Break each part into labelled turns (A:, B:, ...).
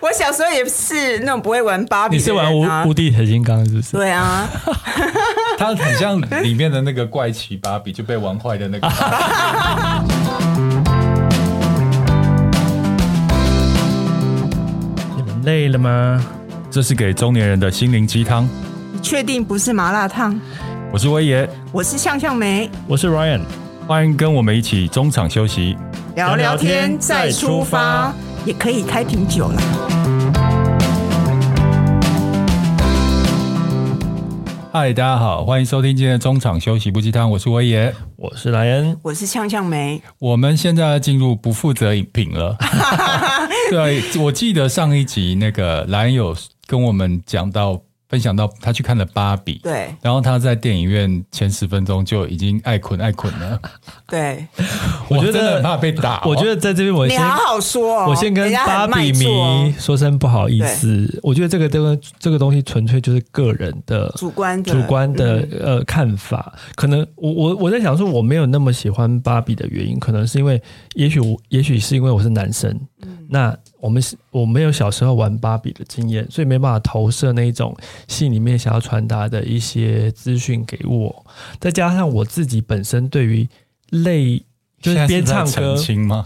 A: 我小时候也是那种不会玩芭比、
B: 你
A: 的
B: 是玩
A: 人
B: 无
A: 啊
B: 无敌铁金刚是 不是？
A: 对啊，
C: 它很像里面的那个怪奇芭比，就被玩坏的那个。
B: 你们累了吗？
C: 这是给中年人的心灵鸡汤。
A: 你确定不是麻辣烫？
C: 我是威爷，
A: 我是向向梅，
B: 我是 Ryan，
C: 欢迎跟我们一起中场休息。
A: 聊
B: 聊
A: 聊
B: 天
A: 天再
B: 再出
A: 出发
B: 发，
A: 也可以开瓶酒了。
C: 嗨，大家好，欢迎收听今天的中场休息不鸡汤，我是威爷。
B: 我是莱恩。
A: 我是向向梅，
C: 我们现在要进入不负责影评 了。对，啊我记得上一集那个莱恩有跟我们讲到，分享到他去看了芭比。
A: 对
C: 然后他在电影院前十分钟就已经爱捆爱捆了，
A: 对，
B: 我觉得
C: 真的很怕被打哦、
B: 我觉得在这边我
A: 你
B: 先
A: 好好说哦。
B: 我先跟
A: 人家很
B: 芭
A: 卖
B: 比
A: 座哦
B: 迷说声不好意思，我觉得这个这个这个东西纯粹就是个人的
A: 主观的
B: 主观的
C: 嗯
B: 呃看法，可能我我我在想说我没有那么喜欢芭比的原因，可能是因为也许我也许是因为我是男生，
C: 嗯
B: 那我们是我没有小时候玩芭比的经验，所以没办法投射那一种戏里面想要传达的一些资讯给我，再加上我自己本身对于类就是边唱
C: 现在是
B: 歌
C: 在澄清吗？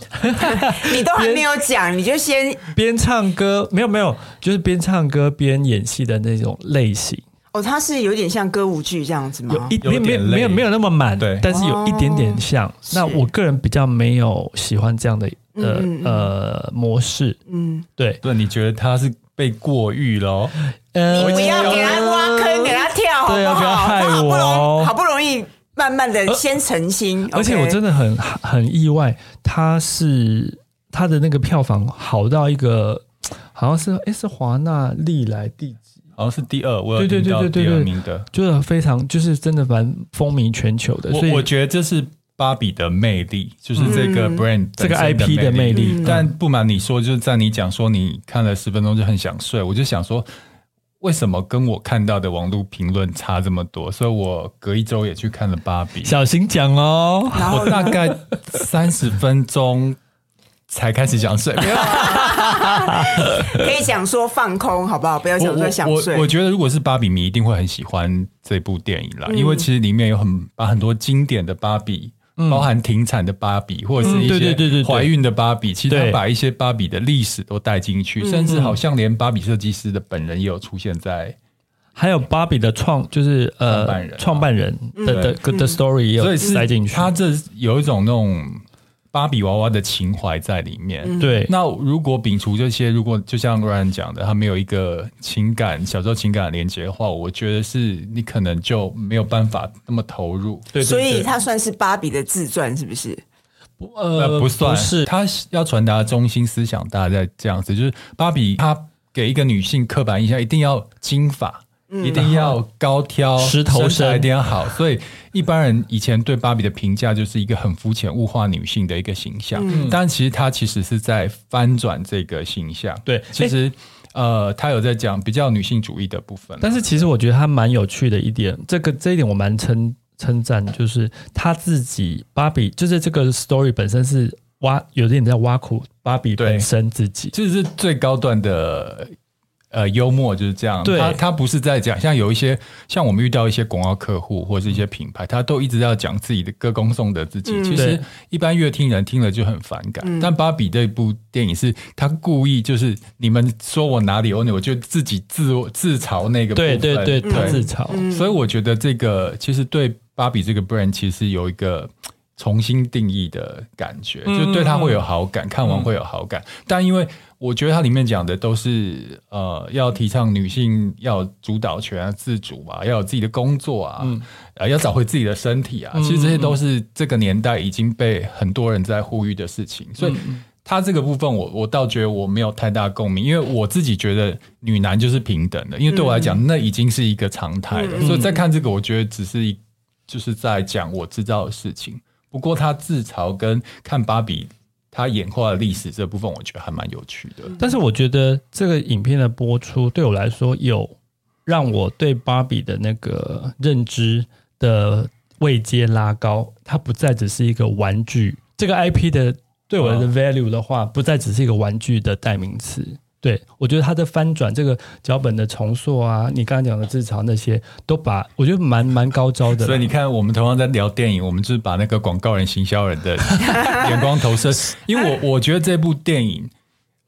A: 你都还没有讲，你就先
B: 边唱歌，没有没有，就是边唱歌边演戏的那种类型，
A: 哦，它是有点像歌舞剧这样子吗
B: 有？一
C: 有
B: 没
C: 点
B: 没有
C: 类
B: 没有没有那么满，
C: 对
B: 但是有一点点像。那
A: 哦是
B: 我个人比较没有喜欢这样的呃
A: 嗯嗯嗯
B: 呃模式，
A: 嗯，
B: 对，
C: 对，你觉得他是被过誉哦喽？
B: 呃
A: 你不要给他挖坑，给他跳，好
B: 对啊
A: 好？
B: 不要害
A: 他好不
B: 我哦
A: 容好不容易慢慢的先澄清，
B: 而且我真
A: 的
B: 的很很意外，他是他的那个票房好到一个，好像是诶是华纳历来第几，
C: 好像是第二，我有
B: 对对
C: 听到
B: 对对对
C: 第二
B: 对
C: 名的。
B: 就是非常就是真的蛮风靡全球的，所以
C: 我我觉得这是芭比的魅力，就是这个
A: 嗯
C: brand
B: 这个
C: 本身
B: IP 的魅力
A: 嗯
C: 但不瞒你说，就是在你讲说你看了十分钟就很想睡，我就想说，为什么跟我看到的网络评论差这么多？所以我隔一周也去看了芭比，
B: 小心讲哦。
A: 然后
C: 我大概三十分钟才开始想睡。没有
A: 可以讲说放空，好不好？不要讲
C: 我
A: 说想
C: 我
A: 睡
C: 我。我觉得如果是芭比迷，一定会很喜欢这部电影啦，
A: 嗯
C: 因为其实里面有很把很多经典的芭比。包含停产的芭比，或者是一
B: 嗯嗯对对对对
C: 些
B: 对
C: 怀孕的芭比，其实他
B: 对
C: 把一些芭比的历史都带进去，
A: 嗯
C: 甚至好像连芭比设计师的本人也有出现在，
B: 还有芭比的创，就是
C: 创办人
B: 呃，
C: 啊
B: 创办人
A: 嗯
B: 的的的 story 也
C: 所
B: 有
C: 以是
B: 塞进去。
C: 他这有一种那种芭比娃娃的情怀在里
A: 嗯
C: 面。
B: 对，
C: 嗯那如果摒除这些，如果就像 Ryan 讲的，他没有一个情感小时候情感的连接的话，我觉得是你可能就没有办法那么投入。
B: 对对
A: 所以
B: 对
A: 它算是芭比的自传，是不是？
B: 呃
C: 呃，不算，
B: 是
C: 他要传达的中心思想，大概在这样子，就是芭比她给一个女性刻板印象，一定要金发。一定要高挑，
B: 石头身
C: 身材一定要好，所以一般人以前对芭比的评价就是一个很肤浅、物化女性的一个形象。但其实她其实是在翻转这个形象。
B: 对
C: 其实、呃，她有在讲比较女性主义的部分。
B: 但是其实我觉得他蛮有趣的一点，这个这一点我蛮称称赞，就是他自己芭比，就是这个 story 本身是挖有点在挖苦芭比
C: 对
B: 本身自己。
C: 这是最高段的呃幽默就是这样。
B: 对
C: 他他不是在讲像有一些像我们遇到一些广告客户或是一些品牌，他都一直要讲自己的歌功颂德自己。其实
B: 嗯对嗯
C: 一般乐听人听了就很反感，但芭比这部电影是他故意就是你们说我哪里有你，我就自己自我自嘲那个部
B: 对
C: 分。
B: 对对，他自嘲。
C: 所以我觉得这个其实对芭比这个 brand 其实有一个嘖重新定义的感觉，就对它会有好感，看完会有好感。但因为我觉得它里面讲的都是呃，要提倡女性要有主导权啊、自主啊，要有自己的工作啊，呃，要找回自己的身体啊。其实这些都是这个年代已经被很多人在呼吁的事情，所以。他这个部分我，我倒觉得我没有太大共鸣，因为我自己觉得女男就是平等的，因为对我来讲，那已经是一个常态了。所以再看这个，我觉得只是一就是在讲我知道的事情。不过他自嘲跟看芭比他演化的历史这部分，我觉得还蛮有趣的。
B: 但是我觉得这个影片的播出对我来说有让我对芭比的那个认知的位阶拉高，它不再只是一个玩具。这个 IP 的对我的
C: 哦
B: value 的话，不再只是一个玩具的代名词，对，我觉得他的翻转这个脚本的重塑啊，你刚刚讲的自嘲那些，都把我觉得蛮蛮高招的。
C: 所以你看，我们同样在聊电影，我们就是把那个广告人、行销人的 眼光投射。因为我我觉得这部电影，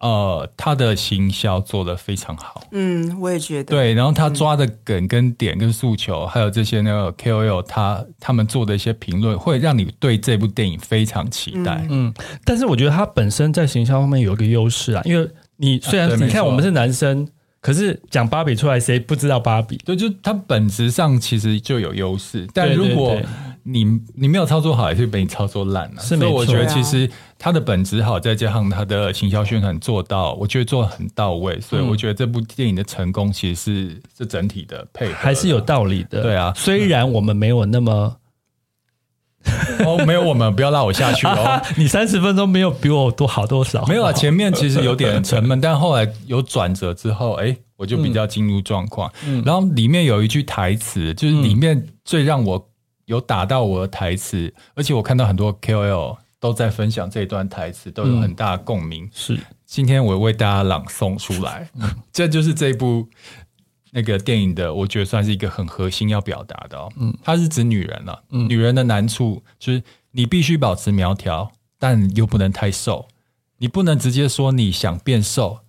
C: 呃，它的行销做得非常好。
A: 嗯，我也觉得，
C: 对，然后他抓的梗跟点跟诉求，还有这些那个 KOL 他他们做的一些评论，会让你对这部电影非常期待。嗯，
B: 但是我觉得他本身在行销方面有一个优势啊，因为你虽
C: 啊 对
B: 然你
C: 没
B: 看
C: 错
B: 我们是男生，可是讲芭比出来，谁不知道芭比？
C: 对，就它本质上其实就有优势，但
B: 对对
C: 如果
B: 对
C: 你你没有操作好，也是被你操作烂了、
B: 是
C: 所以
B: 没
C: 我
B: 错
C: 觉得
A: 对啊
C: 其实它的本质好，再加上它的行销宣传做到，我觉得做得很到位，所以
B: 嗯
C: 我觉得这部电影的成功其实是这整体的配合啦，
B: 还是有道理的。
C: 对啊
B: 虽然我们没有那么，
C: 哦，没有我们不要拉我下去 哦。
B: 你三十分钟没有比我多哦好多少，
C: 没有啊，前面其实有点沉闷，但后来有转折之后，哎、我就比较进入状况。然后里面有一句台词，就是里面最让我有打到我的台词，而且我看到很多 KOL 都在分享这一段台词，都有很大的共鸣。
B: 是
C: 今天我为大家朗诵出来，这就是这一部那个电影的，我觉得算是一个很核心要表达的、哦。嗯，它是指女人了、女人的难处就是你必须保持苗条，但又不能太瘦。你不能直接说你想变瘦，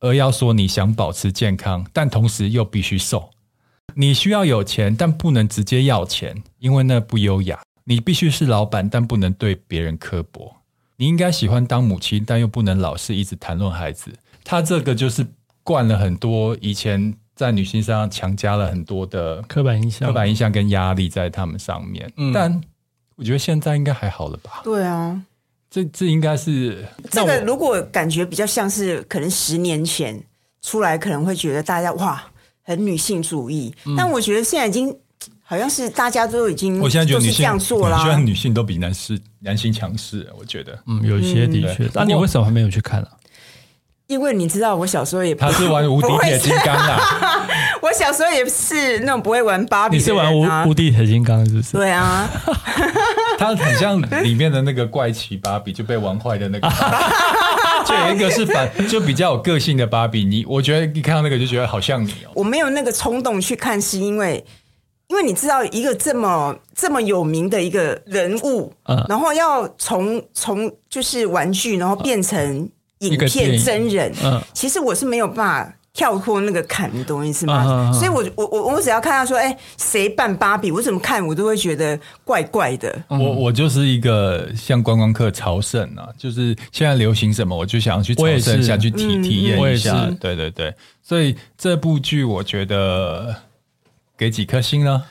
C: 而要说你想保持健康，但同时又必须瘦。你需要有钱，但不能直接要钱，因为那不优雅。你必须是老板，但不能对别人刻薄。你应该喜欢当母亲，但又不能老是一直谈论孩子。他这个就是灌了很多以前在女性身上强加了很多的
B: 刻板印象。
C: 刻板印象跟压力在他们上面。但我觉得现在应该还好了吧？
A: 对啊，
C: 这这应该是
A: 这
C: 那
A: 个
C: 我
A: 如果感觉比较像是可能十年前出来，可能会觉得大家哇很女性主义，但我觉得现在已经好像是大家都已经
C: 嗯我现在觉得
A: 嗯都
C: 女
A: 是这
C: 性
A: 样做啦
C: 我觉得。女性都比男士男性强势，我觉得。
B: 嗯，有一些的确
C: 嗯。
B: 那、你为什么还没有去看啊？
A: 因为你知道，我小时候也不
C: 他是玩无敌铁金刚 啊啦，
A: 我小时候也是那种不会玩芭比、
B: 你
A: 的
B: 是玩
A: 人
B: 无
A: 啊
B: 无敌铁金刚是不是？
A: 对啊，
C: 他很像里面的那个怪奇芭比就被玩坏的那 个芭比，就有一个是反就比较有个性的芭比，你我觉得一看到那个就觉得好像你哦，
A: 我没有那个冲动去看，是因为因为你知道一个这么这么有名的一个人物，
B: 嗯
A: 然后要从从就是玩具，然后变成影
C: 一个电
A: 片
C: 影
A: 真人，
B: 嗯
A: 其实我是没有办法。跳脱那个坎，你懂我意思吗？
B: 嗯嗯嗯
A: 所以我，我我我只要看到说，哎、谁扮芭比，我怎么看我都会觉得怪怪的。
B: 嗯
C: 我我就是一个像观光客朝圣啊，就是现在流行什么，我就想要去朝
B: 我也是
C: 圣一下，去体
A: 嗯
C: 体
B: 我
C: 验
B: 也
C: 一下
B: 是。
C: 对对对，所以这部剧我觉得给几颗星呢？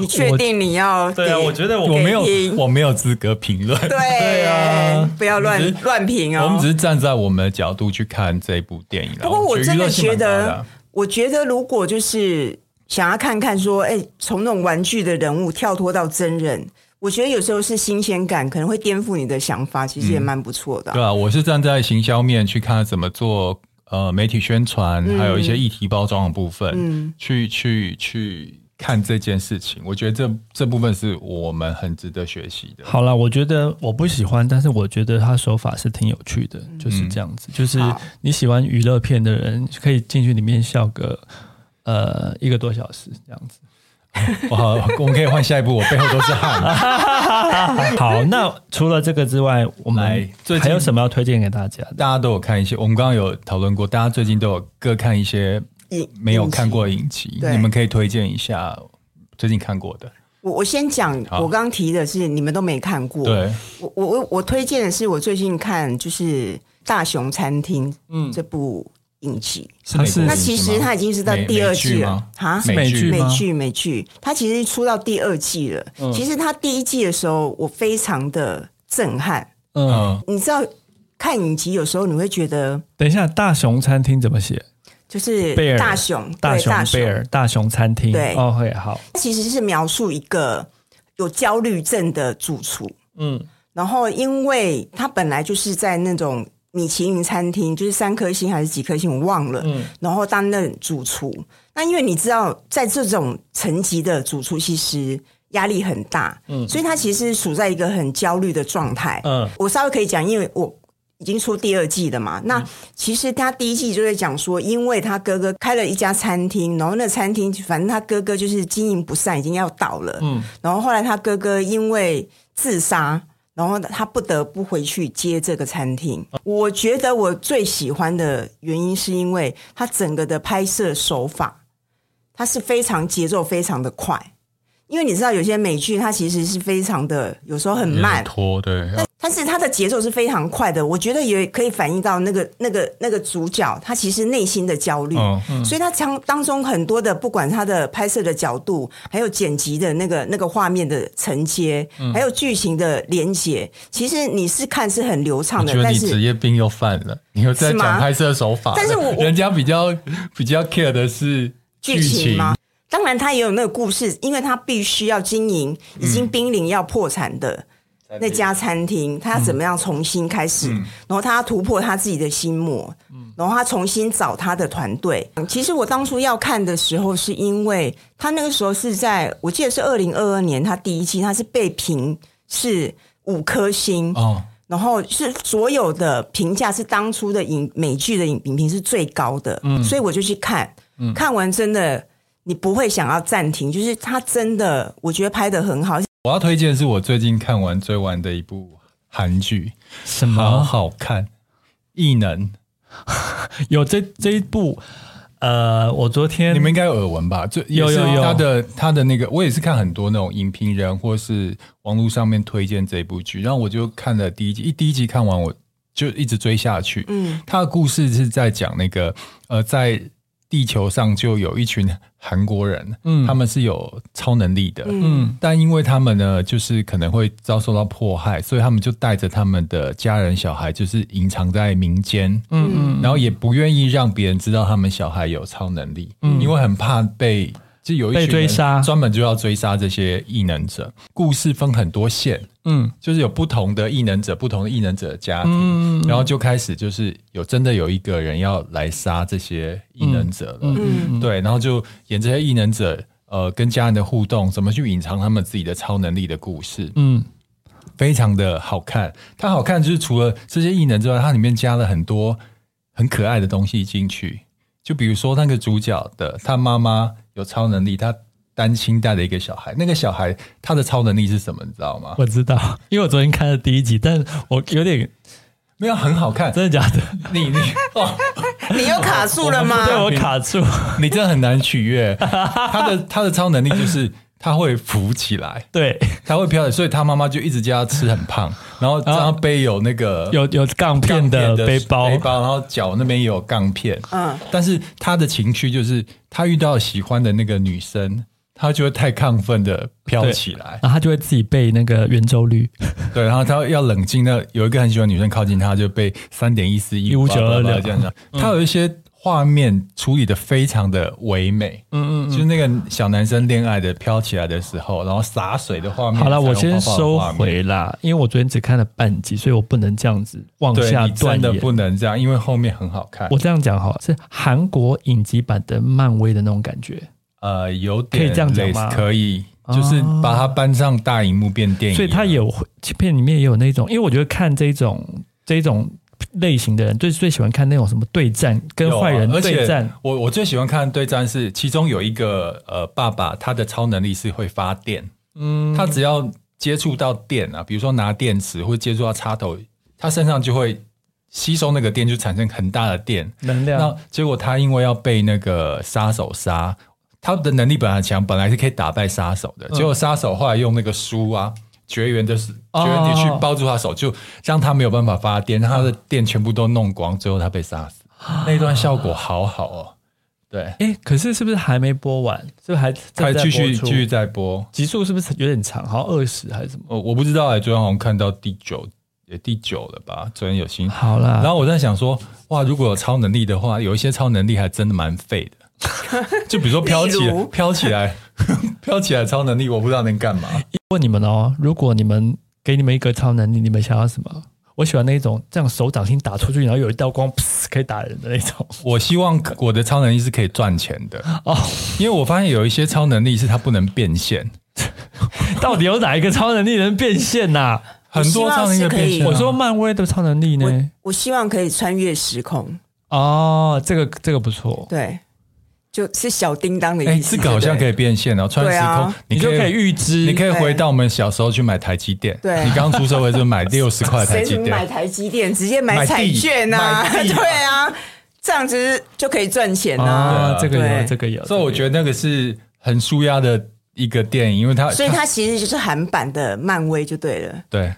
A: 你确定你要给？
C: 我没有
A: 给评
C: 我没有资格评论。
A: 对啊不要
C: 我们
A: 乱
C: 只是
A: 乱评哦。
C: 我们只是站在我们的角度去看这部电影啦。
A: 不过我
C: 觉
A: 真
C: 娱乐
A: 的
C: 性
A: 觉
C: 蛮高的
A: 得
C: 啊，
A: 我觉得如果就是想要看看说，哎，从那种玩具的人物跳脱到真人，我觉得有时候是新鲜感，可能会颠覆你的想法，其实也蛮不错的啊、
C: 对啊，我是站在行销面去看怎么做呃媒体宣传，
A: 嗯
C: 还有一些议题包装的部分，去去去看这件事情。我觉得这这部分是我们很值得学 习的。
B: 好了，我觉得我不喜欢，但是我觉得他手法是挺有趣的，
C: 嗯
B: 就是这样子。就是
A: 好
B: 你喜欢娱乐片的人，可以进去里面笑个呃一个多小时这样子。
C: 好，我们可以换下一部，我背后都是汗。
B: 好，那除了这个之外，我
C: 啊来
B: 们
C: 最近
B: 还有什么要推荐给大家的？
C: 大家都有看一些，我们刚刚有讨论过，大家最近都有各看一些
A: 影
C: 没有看过的影集，
A: 对
C: 你们可以推荐一下最近看过的。
A: 我我先讲，
C: 好
A: 我刚刚提的是你们都没看过。
C: 对，
A: 我我我我推荐的是我最近看就是《大熊餐厅》嗯这部影集。
C: 是美国
B: 它
A: 那
C: 影
A: 其
C: 集
A: 实
C: 吗
A: 它已经是到
C: 美
A: 第
C: 美
A: 二
C: 剧
A: 季了
C: 吗
A: 啊，
C: 美
B: 美剧
C: 剧
B: 吗
A: 美剧，美剧，它其实出到第二季了。
C: 嗯
A: 其实它第一季的时候，我非常的震撼。
B: 嗯，
C: 嗯，
A: 你知道，看影集有时候你会觉得，
B: 等一下，大熊餐厅怎么写？
A: 就是
B: 贝尔
A: 大熊，
B: 大
A: 对
B: 熊
A: 大
B: 贝尔，大熊餐厅。
A: 对
B: 哦，会好，
A: 它其实是描述一个有焦虑症的主厨，
B: 嗯，
A: 然后因为他本来就是在那种米其林餐厅，就是三颗星还是几颗星我忘了，
B: 嗯
A: 然后担任主厨。那因为你知道，在这种层级的主厨其实压力很大，所以他其实处在一个很焦虑的状态。
B: 嗯
A: 我稍微可以讲，因为我。已经出第二季了嘛。嗯那其实他第一季就在讲说，因为他哥哥开了一家餐厅，然后那餐厅反正他哥哥就是经营不善，已经要倒了。
B: 嗯，
A: 然后后来他哥哥因为自杀，然后他不得不回去接这个餐厅。我觉得我最喜欢的原因是因为他整个的拍摄手法，它是非常节奏非常的快。因为你知道，有些美剧它其实是非常的，有时候很慢，
C: 拖对，啊要
A: 但是它的节奏是非常快的。我觉得也可以反映到那个、那个、那个主角他其实内心的焦虑。
C: 嗯
A: 所以他当当中很多的，不管他的拍摄的角度，还有剪辑的那个那个画面的承接，
C: 嗯
A: 还有剧情的连接，其实你是看是很流畅
C: 我
A: 的
C: 觉，得
A: 但
C: 你
A: 是
C: 职业病又犯了， 你又在
A: 是吗
C: 讲拍摄手法了。
A: 但是我我
C: 人家比较比较 care 的是
A: 剧情吗？当然，他也有那个故事，因为他必须要经营已
C: 嗯
A: 经濒临要破产的那家餐厅，他要怎么样重新开始？然后他要突破他自己的心魔，然后他重新找他的团队。其实我当初要看的时候，是因为他那个时候是在我记得是二零二二年，他第一季他是被评是五颗星，
C: 哦，
A: 然后是所有的评价是当初的影美剧的影影评是最高的，所以我就去看，看完真的你不会想要暂停，就是它真的我觉得拍的很好，
C: 我要推荐的是我最近看完追完的一部韩剧，
B: 什
A: 嗯
C: 好
B: 么？
C: 好看，《异能》，
B: 有这这一部，呃，我昨天
C: 你们应该有耳闻吧？最
B: 有
C: 也是
B: 有有
C: 他的他的那个，我也是看很多那种影评人或是网络上面推荐这部剧，然后我就看了第一集，一第一集看完我就一直追下去，
A: 嗯，
C: 他的故事是在讲那个呃，在地球上就有一群韩国人，
B: 嗯
C: 他们是有超能力的，
A: 嗯
C: 但因为他们呢，就是可能会遭受到迫害，所以他们就带着他们的家人、小孩，就是隐藏在民间，
B: 嗯嗯，
C: 然后也不愿意让别人知道他们小孩有超能力，因为很怕被。就有一群
B: 嗯被追
C: 人
B: 杀
C: 专门就要追杀这些异能者。故事分很多线，
B: 嗯
C: 就是有不同的异能者，不同的异能者的家庭，
B: 嗯
C: 然后就开始就是有真的有一个人要来杀这些异能者了，
A: 嗯
C: 对，然后就演这些异能者呃跟家人的互动，怎么去隐藏他们自己的超能力的故事，
B: 嗯
C: 非常的好看。它好看就是除了这些异能之外，它里面加了很多很可爱的东西进去，就比如说那个主角的他妈妈有超能力，他单亲带了一个小孩，那个小孩他的超能力是什么，你知道吗？
B: 我知道，因为我昨天看了第一集，但我有点
C: 没有，很好看。
B: 真的假 的？
C: 你你哦。
A: 你又卡住了吗？
B: 对我卡住，
C: 你真的很难取悦。他的他的超能力就是他会浮起来，
B: 对，
C: 他会飘起来，所以他妈妈就一直叫他吃很胖，然后让他背有那个
B: 有有杠
C: 杠
B: 片的
C: 的
B: 背包，
C: 背包，然后脚那边也有杠片。
A: 嗯
C: 但是他的情绪就是他遇到喜欢的那个女生。他就会太亢奋的飘
B: 对
C: 起来，
B: 然后他就会自己背那个圆周率，
C: 对，然后他要冷静的，有一个很喜欢的女生靠近他，就被三点一四一
B: 15926
C: 这样子。他有一些画面处理的非常的唯美，
B: 嗯
C: 就是那个小男生恋爱的飘起来的时候，然后洒水的画面。
B: 好了，我
C: 彩虹
B: 先
C: 泡泡的
B: 收
C: 画面。
B: 回啦，因为我昨天只看了半集，所以我不能这样子妄
C: 对，
B: 下
C: 你真
B: 断
C: 的
B: 言。
C: 不能这样，因为后面很好看。
B: 我这样讲好了，是韩国影集版的漫威的那种感觉，
C: 呃，有点
B: 可以这样讲吗
C: 类似可以，就是把它搬上大荧幕变电影。啊
B: 所以它有片里面也有那种，因为我觉得看这种这种类型的人，最最喜欢看那种什么对战，跟
C: 有啊
B: 坏人
C: 而
B: 对
C: 且
B: 战，
C: 我我最喜欢看对战是，其中有一个呃爸爸，他的超能力是会发电，
B: 嗯，
C: 他只要接触到电啊，比如说拿电池或接触到插头，他身上就会吸收那个电，就产生很大的电。
B: 能量
C: 那结果他因为要被那个杀手杀，他的能力本来很强，本来是可以打败杀手
B: 嗯
C: 的，结果杀手后来用那个书啊。绝缘的是
B: 哦
C: 绝缘体去包住他手，就让他没有办法发电，让他的电全部都弄光，最后他被杀死。
B: 啊
C: 那一段效果好好哦，对，
B: 哎、可是是不是还没播完？是不是还
C: 还
B: 正在
C: 继续
B: 播出
C: 继续在播。
B: 集数是不是有点长？好像二十还是什么？
C: 我我不知道哎、昨天好像看到第九，也第九了吧？昨天有新
B: 好啦，
A: 啊
C: 然后我在想说，哇，如果有超能力的话，有一些超能力还真的蛮废 的。就比如说飘起
A: 例
C: 来
A: 如，
C: 飘起来， 飘起来超能力，我不知道能干嘛。
B: 问你们哦，如果你们给你们一个超能力，你们想要什么？我喜欢那种这样手掌心打出去，然后有一道光，噗可以打人的那 种。
C: 我希望我的超能力是可以赚钱的，
B: 哦，
C: 因为我发现有一些超能力是它不能变现。
B: 到底有哪一个超能力能变现呐、嗯
C: 很多超能力的变现、啊。
B: 我说漫威的超能力
A: 我
B: 呢？
A: 我希望可以穿越时空，
B: 哦，这个这个不错，
A: 对，就是小叮当的
C: 哎、
A: 意思。
C: 这个好像可以变现哦，穿
A: 对
C: 时
A: 啊
C: 空，
B: 你就可以预知，
C: 你可以
A: 对
C: 回到我们小时候去买台积电。
A: 对
C: 你刚出社会就买六十块台
A: 谁
C: 积
A: 怎么买
C: 电，
A: 台积电？直接买
C: 买地
A: 彩券啊，
C: 买地
A: 对啊，这样子就可以赚钱啊。
B: 啊，这个有，
A: 对
B: 这个有。
C: 所以我
B: 得
C: 觉得那个是很舒压的一个电影，因为它
A: 所以它其实就是韩版的漫威就对了。
C: 对，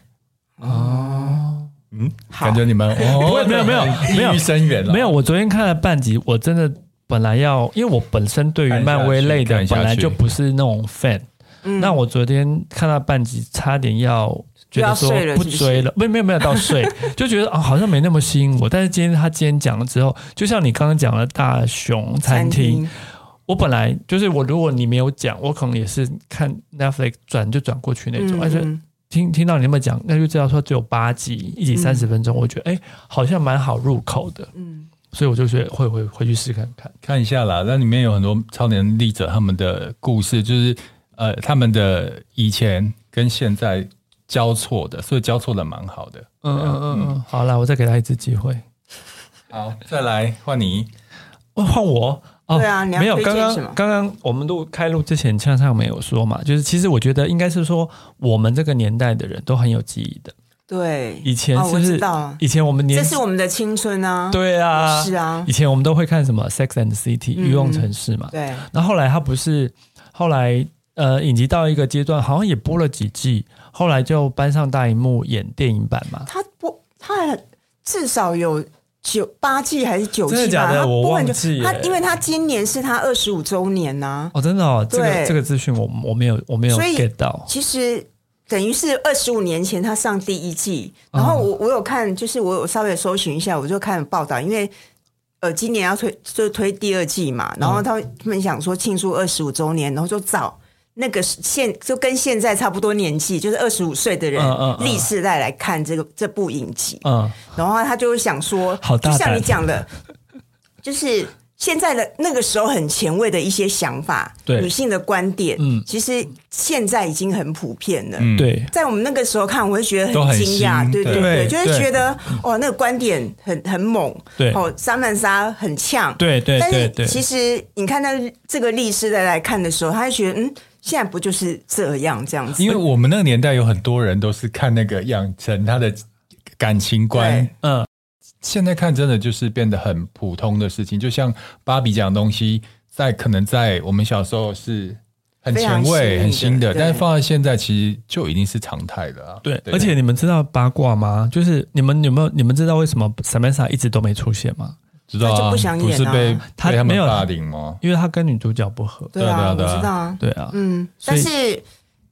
B: 哦，
C: 嗯，
A: 好
C: 感觉你们 哦，
B: 没有没有没有
C: 意深远了，
B: 没有，我昨天看了半集，我真的本来要，因为我本身对于
C: 看下去
B: 漫威类的
C: 看下去
B: 本来就不是那种 fan，那我昨天看到半集，差点要觉得说
A: 又要睡了
B: 不
A: 是不是
B: 追了，没有没有没有到睡，就觉得哦好像没那么吸引我。但是今天他今天讲了之后，就像你刚刚讲的大熊餐厅，我本来就是我，如果你没有讲，我可能也是看 Netflix 转就转过去那种，
A: 嗯
B: 而且
A: 嗯
B: 听听到你那么讲，那就知道说只有八集，一集三十分钟，我觉得哎、好像蛮好入口的，
A: 嗯，
B: 所以我就觉得会回回去试看看。
C: 看一下啦，那里面有很多超能力者他们的故事，就是呃他们的以前跟现在交错的，所以交错的蛮好的。
B: 嗯嗯嗯嗯，好啦，我再给他一次机会。
C: 好，再来换你，
B: 哦换我哦，
A: 对啊你要
B: 没有
A: 推荐
B: 刚刚
A: 什么
B: 刚刚我们录开录之前，向上没有说嘛，就是其实我觉得应该是说我们这个年代的人都很有记忆的，
A: 对。
B: 以前
A: 哦我
B: 是不是？
A: 知道啊
B: 以前我们年
A: 这是我们的青春啊，
B: 对啊，
A: 是啊
B: 以前我们都会看什么《Sex and the City》
A: 嗯
B: 欲望城市嘛，
A: 对，
B: 那后来他不是后来呃影集到一个阶段，好像也播了几季，后来就搬上大荧幕演电影版嘛。
A: 他播他至少有九八季还是九季吧？
B: 真的假的
A: 他
B: 我
A: 播完就
B: 忘记耶
A: 他因为他今年是他二十五周年呐、
B: 哦，真的哦，这个
A: 对
B: 这个资讯我我没有我没有
A: 所以
B: get 到，
A: 其实等于是二十五年前他上第一季，
B: 哦
A: 然后我我有看，就是我有稍微搜寻一下，我就看报道，因为。呃，今年要推就推第二季
B: 嗯
A: 嘛，然后他们他们想说庆祝二十五周年，然后就找那个现就跟现在差不多年纪，就是二十五岁的人
B: 嗯嗯嗯
A: 历世代来看这个这部影集，
B: 嗯，
A: 然后他就会想说，
B: 好大
A: 就
B: 胆
A: 像你讲的，就是现在的那个时候很前卫的一些想法，
B: 对
A: 女性的观点，
B: 嗯
A: 嗯，其实现在已经很普遍了。
C: 嗯，
B: 对。
A: 在我们那个时候看，我会觉得
C: 都很
A: 惊讶，
C: 新
A: 对
C: 对
A: 对，
B: 对
A: 就会觉得哦，那个观点很很猛，
B: 对
A: 哦，莎曼莎很呛，
B: 对对
A: 但
B: 对
A: 是
B: 对，
A: 其实你看到这个历史再来看的时候，他就觉得嗯，现在不就是这样这样子？
C: 因为我们那个年代有很多人都是看那个养成他的感情观
A: 对，
B: 嗯，
C: 现在看真的就是变得很普通的事情，就像芭比讲的东西，在可能在我们小时候是很前卫、
A: 非常
C: 很
A: 新颖的
C: 新的，
A: 对
C: 但是放在现在其实就已经是常态了、啊。
B: 对，而且你们知道八卦吗？就是你们有没有你们知道为什么 Samantha 一直都没出现吗？
C: 知道、
A: 他
C: 啊、
A: 就不想演啊啊
C: 是被
B: 他
C: 被他
B: 没
C: 们
B: 有
C: 霸凌吗？
B: 因为她跟女主角不合。
A: 对啊，我
C: 对啊对啊
A: 知道啊，
B: 对啊，
A: 嗯，
B: 所
A: 但
B: 以
A: 是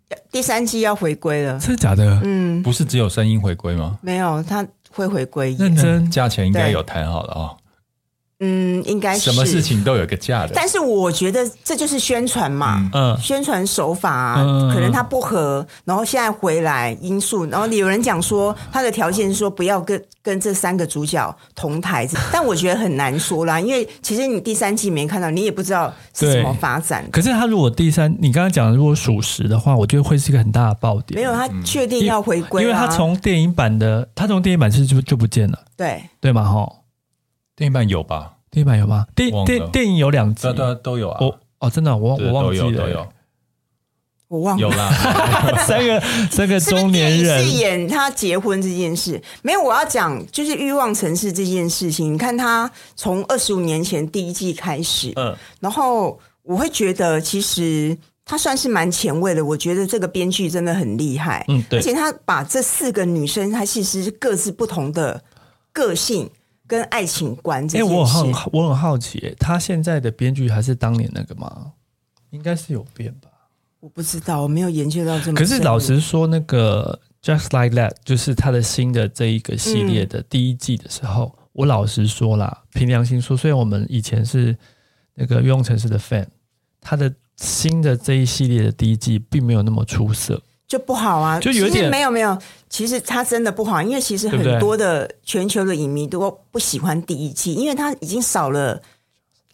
A: 呃第三季要回归了，
B: 真的假的？
A: 嗯，
C: 不是只有声音回归吗？
A: 没有，他会回归。
B: 认真
C: 价钱应该有谈好了哦，
A: 嗯，应该是
C: 什么事？情都有一个价的。
A: 但是我觉得这就是宣传嘛，
B: 嗯
A: 宣传手法、啊
B: 嗯
A: 可能他不合，然后现在回来因素，然后有人讲说他的条件是说不要跟跟这三个主角同台，但我觉得很难说啦，因为其实你第三季没看到，你也不知道是怎么发展的。
B: 可是他如果第三，你刚刚讲的如果属实的话，我觉得会是一个很大的爆点。
A: 没有，他确定要回归、啊
B: 因为他从电影版的，他从电影版是就就不见了，
A: 对
B: 对吗？哈，
C: 电影版有吧？
B: 电影版有吗？电
C: 忘了
B: 电电影有两集
C: 对啊，对啊，都有啊，
B: 我哦，真的，我
C: 对
B: 我忘记
C: 都有都
B: 了，欸
C: 有
A: 我忘了
C: 有。啦。
B: 三个三个
A: 是不
B: 中
A: 是电
B: 年
A: 影是
B: 人，
A: 演他结婚这件事，没有，我要讲就是欲望城市这件事情。你看他从二十五年前第一季开始，
B: 嗯
A: 然后我会觉得其实他算是蛮前卫的。我觉得这个编剧真的很厉害，
B: 嗯，对
A: 而，且他把这四个女生，她其实是各自不同的个性跟爱情观这
B: 哎，
A: 件事。
B: 我很我很好奇，他现在的编剧还是当年那个吗？应该是有变吧。
A: 我不知道，我没有研究到这么深入。
B: 可是老实说，那个 Just Like That 就是他的新的这一个系列
A: 嗯
B: 的第一季的时候，我老实说啦，凭良心说，虽然我们以前是那个约望城市的 fan，他的新的这一系列的第一季并没有那么出色。
A: 就不好啊，
B: 就有
A: 其实
B: 点
A: 没有没有，其实它真的不好，因为其实
B: 对不对
A: 很多的全球的影迷都不喜欢第一季，因为它已经少了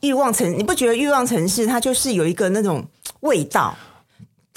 A: 欲望城，你不觉得欲望城市它就是有一个那种味道？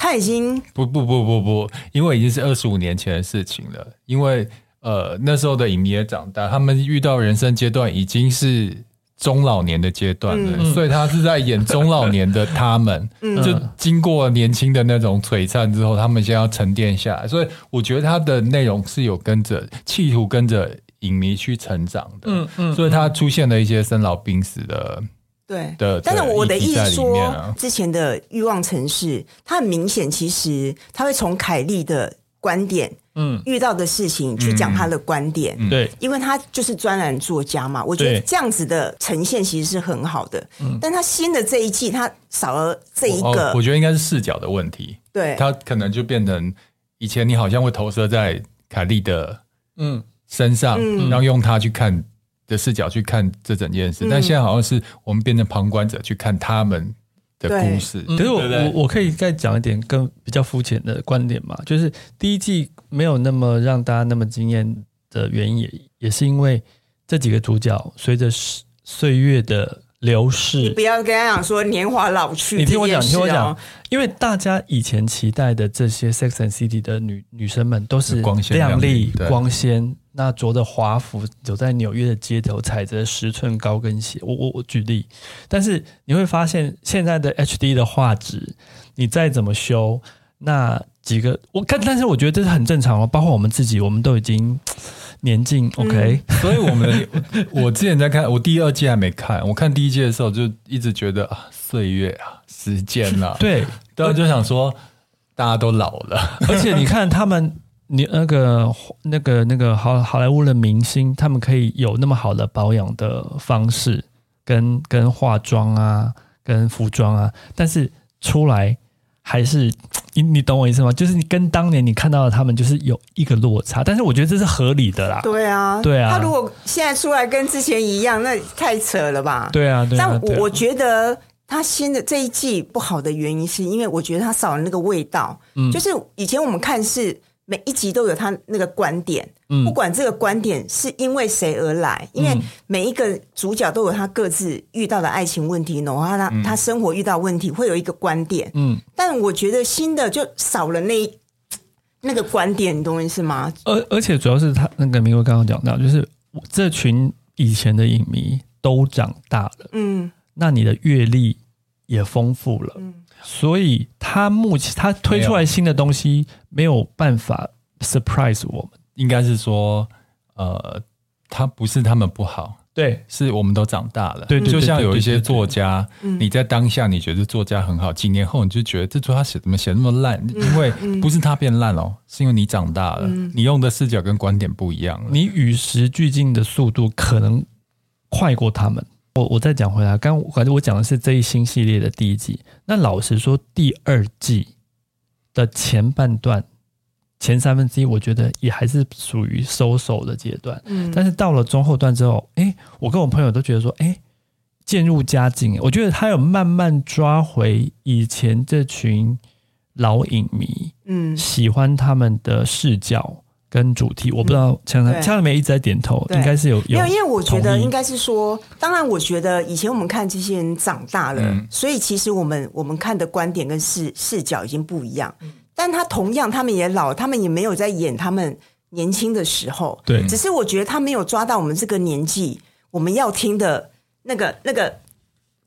A: 他已经
C: 不不不不不，因为已经是二十五年前的事情了。因为呃，那时候的影迷也长大，他们遇到人生阶段已经是中老年的阶段了，
B: 嗯
C: 所以他是在演中老年的他们。 就经过年轻的那种璀璨之后，他们先要沉淀下来。所以我觉得他的内容是有跟着企图跟着影迷去成长的。
B: 嗯嗯
C: 所以他出现了一些生老病死的，
A: 对
C: 的
A: 但是
C: 的
A: 我
C: 议
A: 的
C: 题
A: 意
C: 在
A: 思
C: 里
A: 说，
C: 面啊
A: 之前的《欲望城市》，它很明显，其实他会从凯莉的观点
B: 嗯，
A: 遇到的事情去讲他的观点。
C: 嗯
B: 对，
A: 因为他就是专栏作家嘛，我觉得
B: 对嗯
A: 这样子的呈现其实是很好的。但他新的这一季，他少了这一
C: 我
A: 个，
C: 哦我觉得应该是视角的问题。
A: 对，
C: 他可能就变成以前你好像会投射在凯莉的
B: 嗯
C: 身上，
A: 嗯嗯
C: 然后用他去看的视角去看这整件事，但现在好像是我们变成旁观者去看他们的
A: 对
C: 故事。
B: 可是我
C: 嗯对不对
B: 我我可以再讲一点更比较肤浅的观点嘛，就是第一季没有那么让大家那么惊艳的原因也，也是因为这几个主角随着时岁月的流逝
A: 不，要跟他讲说年华老去、
B: 你听我讲，你听我讲
A: 哦，，
B: 因为大家以前期待的这些 Sex and City 的女女生们都是
C: 光鲜
B: 亮
C: 亮丽
B: 丽、
C: 对
B: 光鲜，那着着华服走在纽约的街头，踩着十寸高跟鞋。我我我举例，但是你会发现现在的 HD 的画质，你再怎么修，那几个我看，但是我觉得这是很正常哦，包括我们自己，我们都已经年近 OK，、
C: 所以我们的我之前在看，我第二季还没看，我看第一季的时候就一直觉得啊，岁月啊，时间啊，，
B: 对，
C: 然后就想说大家都老了，
B: 而且你看他们，你那个那个那个好好莱坞的明星，他们可以有那么好的保养的方式，跟跟化妆啊，跟服装啊，但是出来还是你你懂我意思吗？就是你跟当年你看到的他们，就是有一个落差，但是我觉得这是合理的啦。
A: 对啊，
B: 对啊
A: 他如果现在出来跟之前一样，那太扯了吧？
B: 对啊，对啊，
A: 但
B: 对啊
A: 我我觉得他新的这一季不好的原因，是因为我觉得他少了那个味道。
B: 嗯
A: 就是以前我们看是每一集都有他那个观点，
B: 嗯
A: 不管这个观点是因为谁而来，因为每一个主角都有他各自遇到的爱情问题，然后他、他生活遇到问题会有一个观点。
B: 嗯，
A: 但我觉得新的就少了那一那个观点，你懂我意思吗？
B: 而而且主要是他那个明哥刚刚讲到，就是这群以前的影迷都长大了。
A: 嗯，
B: 那你的阅历也丰富了，
A: 嗯
B: 所以他目前他推出来新的东西没有办法 surprise 我们，
C: 应该是说呃，他不是他们不好，
B: 对
C: 是我们都长大了，
B: 对对对
C: 就像有一
B: 对对
C: 些
B: 对
C: 作家，
A: 嗯
C: 你在当下你觉得作家很好，几年后你就觉得这作家写怎么写那么烂？
A: 嗯
C: 因为不是他变烂哦，是因为你长大了，你用的视角跟观点不一样了。
B: 你与时俱进的速度可能快过他们。我我再讲回来，刚反正我讲的是这一新系列的第一季。那老实说，第二季的前半段、前三分之一，我觉得也还是属于收手的阶段。
A: 嗯
B: 但是到了中后段之后，哎、我跟我朋友都觉得说，哎、渐入佳境。我觉得他有慢慢抓回以前这群老影迷
A: 嗯，
B: 喜欢他们的视角跟主题。我不知道强强
A: 对
B: 强梅一直在点头，
A: 对
B: 应该是有
A: 没有，因为我觉得
B: 同意
A: 应该是说，当然，我觉得以前我们看这些人长大了，
C: 嗯
A: 所以其实我们我们看的观点跟视视角已经不一样。但他同样，他们也老，他们也没有在演他们年轻的时候。
B: 对
A: 只是我觉得他没有抓到我们这个年纪我们要听的那个那个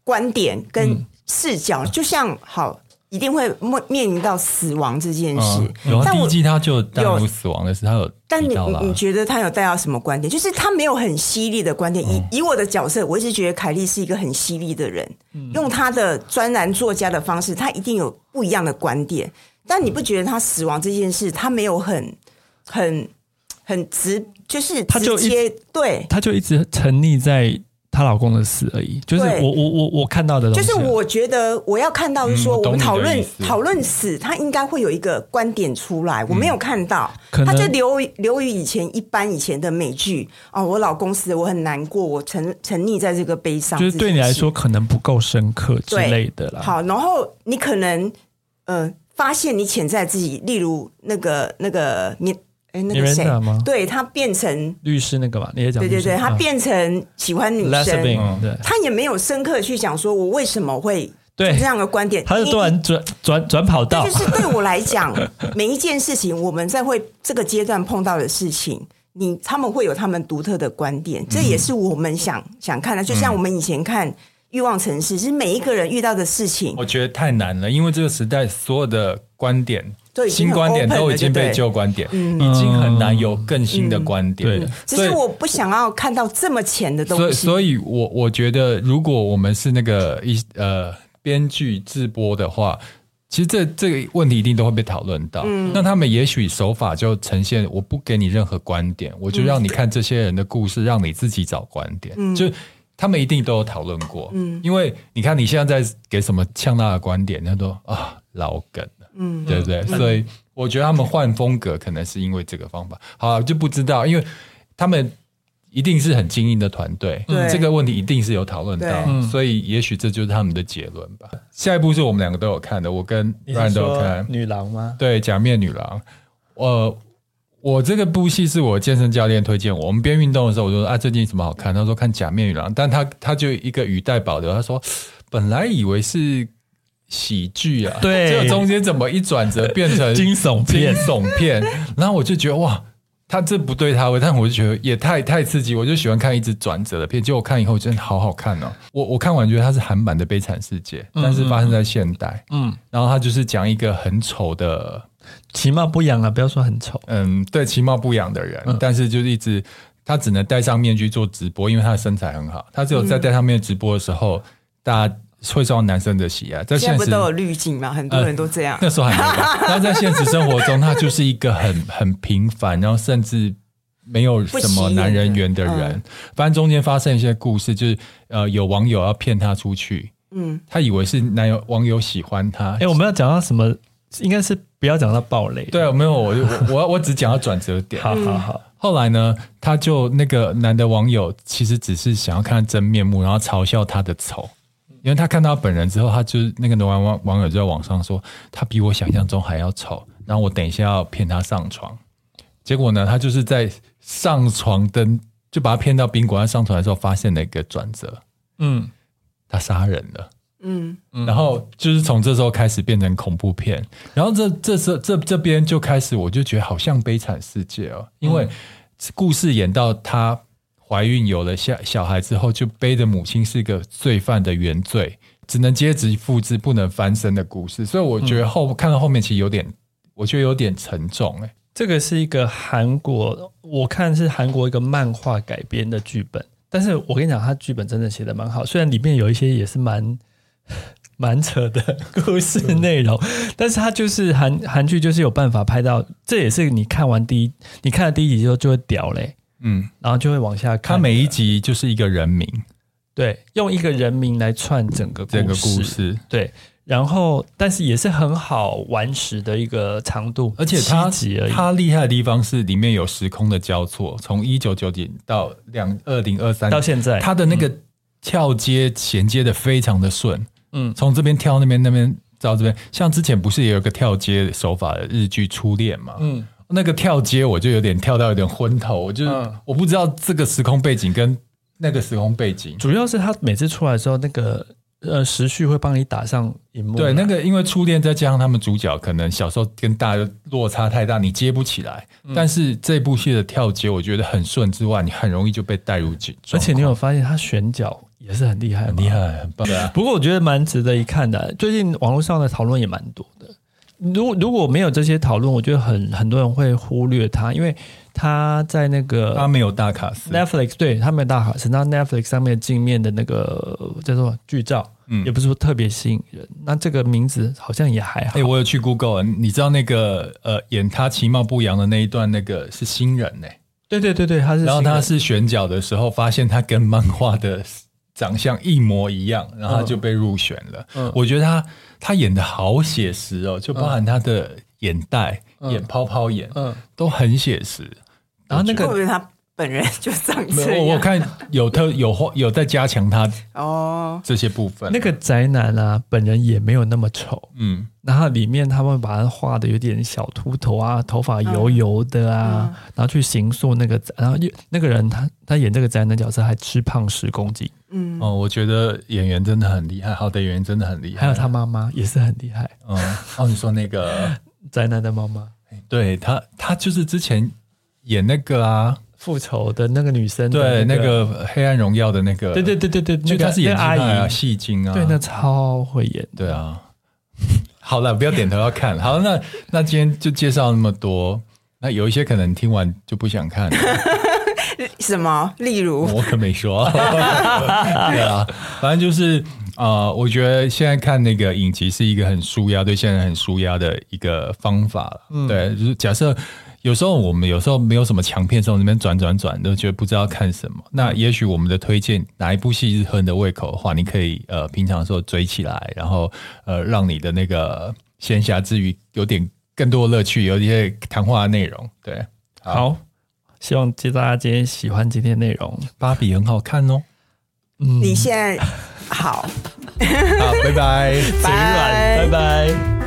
A: 观点
C: 嗯
A: 跟视角，就像好，一定会面面临到死亡这件事。
C: 嗯，有啊
A: 但
C: 第
A: 我
C: 一季他就大陆死亡的事，他有
A: 但
C: 提
A: 你
C: 到啊啦
A: 你。你觉得他有带到什么观点？就是他没有很犀利的观点。
B: 嗯
A: 以、以我的角色，我一直觉得凯莉是一个很犀利的人，
B: 嗯
A: 用他的专栏作家的方式，他一定有不一样的观点。但你
B: 嗯
A: 不觉得他死亡这件事，他没有很很很直，就是
B: 他就
A: 直
B: 一
A: 接对，
B: 她就一直沉溺在她老公的死而已。就是
A: 对
B: 我我我我看到的东
A: 就
B: 西
A: 是
B: 啊，
A: 我觉得我要看到是说，
C: 嗯我
A: 我
C: 懂
A: 们
C: 你的
A: 讨论
C: 意思
A: 讨论死，他应该会有一个观点出来，我没有看到，
B: 嗯可
A: 他
B: 能
A: 就留留于以前一般以前的美剧哦，我老公死了，我很难过，我沉沉溺在这个悲伤，
B: 就是对你来说。可能不够深刻之
A: 对
B: 类的啦。
A: 好，然后你可能呃发现你潜在自己，例如那个那个你哎那个谁
B: Miranda 吗
A: 对他变成
B: 律师那个嘛，你也讲
A: 对对
B: 律师
A: 对，他
B: 啊
A: 变成喜欢女
B: Lesbian，
A: 生，
C: 嗯
B: 对
A: 他也没有深刻去讲说我为什么会
B: 对
A: 这样的观点，
B: 他是突
A: 因为
B: 然转转转跑道
A: 但，就是对我来讲，每一件事情我们在会这个阶段碰到的事情，你他们会有他们独特的观
C: 嗯
A: 点，这也是我们想、想看的。就像我们以前看《欲望城市》，是每一个人遇到的事情
C: 我觉得太难了，因为这个时代所有的观点
A: 都。已经
C: 新
A: 很
C: 观点
A: open
C: 都
A: 了
C: 已经
A: 对不
C: 被
A: 对
C: 旧观点，已经很难有更新的观点
B: 嗯
C: 了
B: 嗯。
A: 只
C: 所以
A: 是我不想要看到这么浅的
C: 所
A: 东
C: 以，
A: 西。
C: 所以我我觉得，如果我们是那个一呃编剧制播的话，其实这这个问题一定都会被讨论到。
A: 嗯
C: 那他们也许手法就呈现，我不给你任何观点，我就让你看这些人的故事，让你自己找观点。
A: 嗯
C: 就他们一定都有讨论过，因为你看你现在在给什么呛辣的观点，他都啊老梗了，
A: 嗯
C: 对不对？所以我觉得他们换风格可能是因为这个方法，好啊就不知道，因为他们一定是很精英的团队，
A: 对
C: 这个问题一定是有讨论到，
A: 对
C: 所以也许这就是他们的结论吧。下一部是我们两个都有看的，我跟 Ryan 都有看，
B: 女郎吗？
C: 对《假面女郎》，呃。我这个部戏是我健身教练推荐我。我们边运动的时候，我就说啊，最近什么好看？他说看《假面女郎》，但他他就一个语带保留，他说本来以为是喜剧啊，
B: 对
C: 结果中间怎么一转折变成
B: 惊悚片
C: 惊悚片，然后我就觉得哇，他这不对他味，但我就觉得也太太刺激，我就喜欢看一直转折的片。结果我看以后真的好好看哦，我我看完觉得它是韩版的《悲惨世界》，
A: 嗯
C: 但是发生在现代，
B: 嗯，
C: 然后他就是讲一个很丑的
B: 其貌不扬啊，不要说很丑。
C: 嗯，对，其貌不扬的人，
A: 嗯
C: 但是就是一直他只能戴上面具做直播，因为他的身材很好。他只
A: 嗯
C: 有在戴上面具直播的时候，大家会受到男生的喜爱。在
A: 现
C: 现
A: 在不
C: 实
A: 都有滤镜嘛？很多人都这样。
C: 那时候还没有，但在现实生活中，他就是一个很很平凡，然后甚至没有什么男人缘的
A: 不起眼
C: 人
A: 的。
C: 反正中间发生一些故事，就是呃，有网友要骗他出去，
A: 嗯，
C: 他以为是男友网友喜欢他
B: 哎、，我们要讲到什么？应该是不要讲到暴雷。，
C: 对，啊没有，我我我我只讲到转折点。
B: 好好好，
C: 后来呢，他就那个男的网友其实只是想要看他真面目，然后嘲笑他的丑，因为他看到他本人之后，他就是那个男网网友就在网上说他比我想象中还要丑，然后我等一下要骗他上床，结果呢，他就是在上床的就把他骗到宾馆，他上床的时候发现了一个转折，
B: 嗯，
C: 他杀人了。
A: 嗯，
C: 然后就是从这时候开始变成恐怖片，然后这这时候这这边就开始，我就觉得好像悲惨世界哦，因为故事演到她怀孕有了小小孩之后，就背着母亲是个罪犯的原罪，只能阶级复制，不能翻身的故事，所以我觉得后、看到后面其实有点，我觉得有点沉重哎、
B: 这个是一个韩国，我看是韩国一个漫画改编的剧本，但是我跟你讲，它剧本真的写的蛮好，虽然里面有一些也是蛮 蛮扯的故事内容，但是它就是韩韩剧就是有办法拍到，这也是你看完第一，你看了第一集之后就会屌嘞，
C: 嗯，
B: 然后就会往下看。
C: 他每一集就是一个人名，
B: 对用一个人名来串整个
C: 整个故事，
B: 对，然后但是也是很好玩时的一个长度，
C: 而且它
B: 七集而已。
C: 它厉害的地方是里面有时空的交错，从一九九几到两二零二三
B: 到现在，
C: 它的那个跳接衔接的非常的顺，
B: 嗯
C: 从这边跳那边，那边到这边。像之前不是也有个跳接手法的日剧《初恋》嘛？
B: 嗯，
C: 那个跳接我就有点跳到有点昏头，我就是、
B: 嗯
C: 我不知道这个时空背景跟那个时空背景。
B: 主要是它每次出来的时候，那个呃时序会帮你打上荧幕，啊
C: 对，那个因为初恋再加上他们主角可能小时候跟大家落差太大，你接不起来。
B: 嗯
C: 但是这部戏的跳接我觉得很顺之外，你很容易就被带入进。
B: 而且你有发现它选角也是很厉害，
C: 很厉。害，很棒。
B: 不过我觉得蛮值得一看的，啊最近网络上的讨论也蛮多的。如果如果没有这些讨论，我觉得很很多人会忽略它，因为它在那个
C: 他没有大卡司，
B: Netflix 对他们的大卡是那 Netflix 上面镜面的那个呃叫做剧照，
C: 嗯
B: 也不是说特别吸引人。那这个名字好像也还好，
C: 哎、我有去 Google，你知道那个呃演他其貌不扬的那一段，那个是新人呢、
B: 对对对对，他是
C: 然后
B: 新人
C: 他是选角的时候，发现他跟漫画的长相一模一样，然后他就被入选了。
B: 嗯
C: 我觉得他他演的好写实哦，就包含他的眼袋、
B: 嗯
C: 眼泡泡眼、
B: 嗯，
C: 都很写实。
B: 然后那
A: 会不
B: 个
A: 会他本人就长
C: 没
A: 这
C: 有，我我
A: 样
C: 看有特有花有在加强他
A: 哦，
C: 这些部分。
B: 那个宅男啊，本人也没有那么丑，
C: 嗯，
B: 然后里面他们把他画的有点小秃头啊，头发油油的啊，然后去形塑那个宅，然后又那个人他他演这个宅男角色还吃胖十公斤，
A: 嗯，
C: 哦，我觉得演员真的很厉害，好的演员真的很厉害。
B: 还有他，妈妈也是很厉害，
C: 嗯，哦，你说那 个，
B: 宅男的妈妈，
C: 对他，他就是之前演那个啊，
B: 复仇的那个女生的
C: 对，那个《黑暗荣耀》的那个，
B: 对对，对对对，
C: 就
B: 那个
C: 他是演
B: 那个阿
C: 技派啊，
B: 姨，
C: 戏精啊，
B: 对，那超会演，
C: 对啊。 好了，不要点头要看。好，那那今天就介绍那么多，那有一些可能听完就不想看了，
A: 什么？例如，
C: 我可没说。对啊，反正就是呃，我觉得现在看那个影集是一个很舒压，对现在很舒压的一个方法了。对，就是假设有时候我们有时候没有什么强片的时候，那边转转转都觉得不知道看什么。那也许我们的推荐哪一部戏是合你的胃口的话，你可以呃平常的时候追起来，然后呃让你的那个闲暇之余有点更多的乐趣，有一些谈话的内容。对，好
B: 好，希望大家今天喜欢今天的内容，
C: 芭比很好看哦。
B: 嗯
A: 你现在好，
C: 啊好，拜拜。
B: 嘴软，拜拜。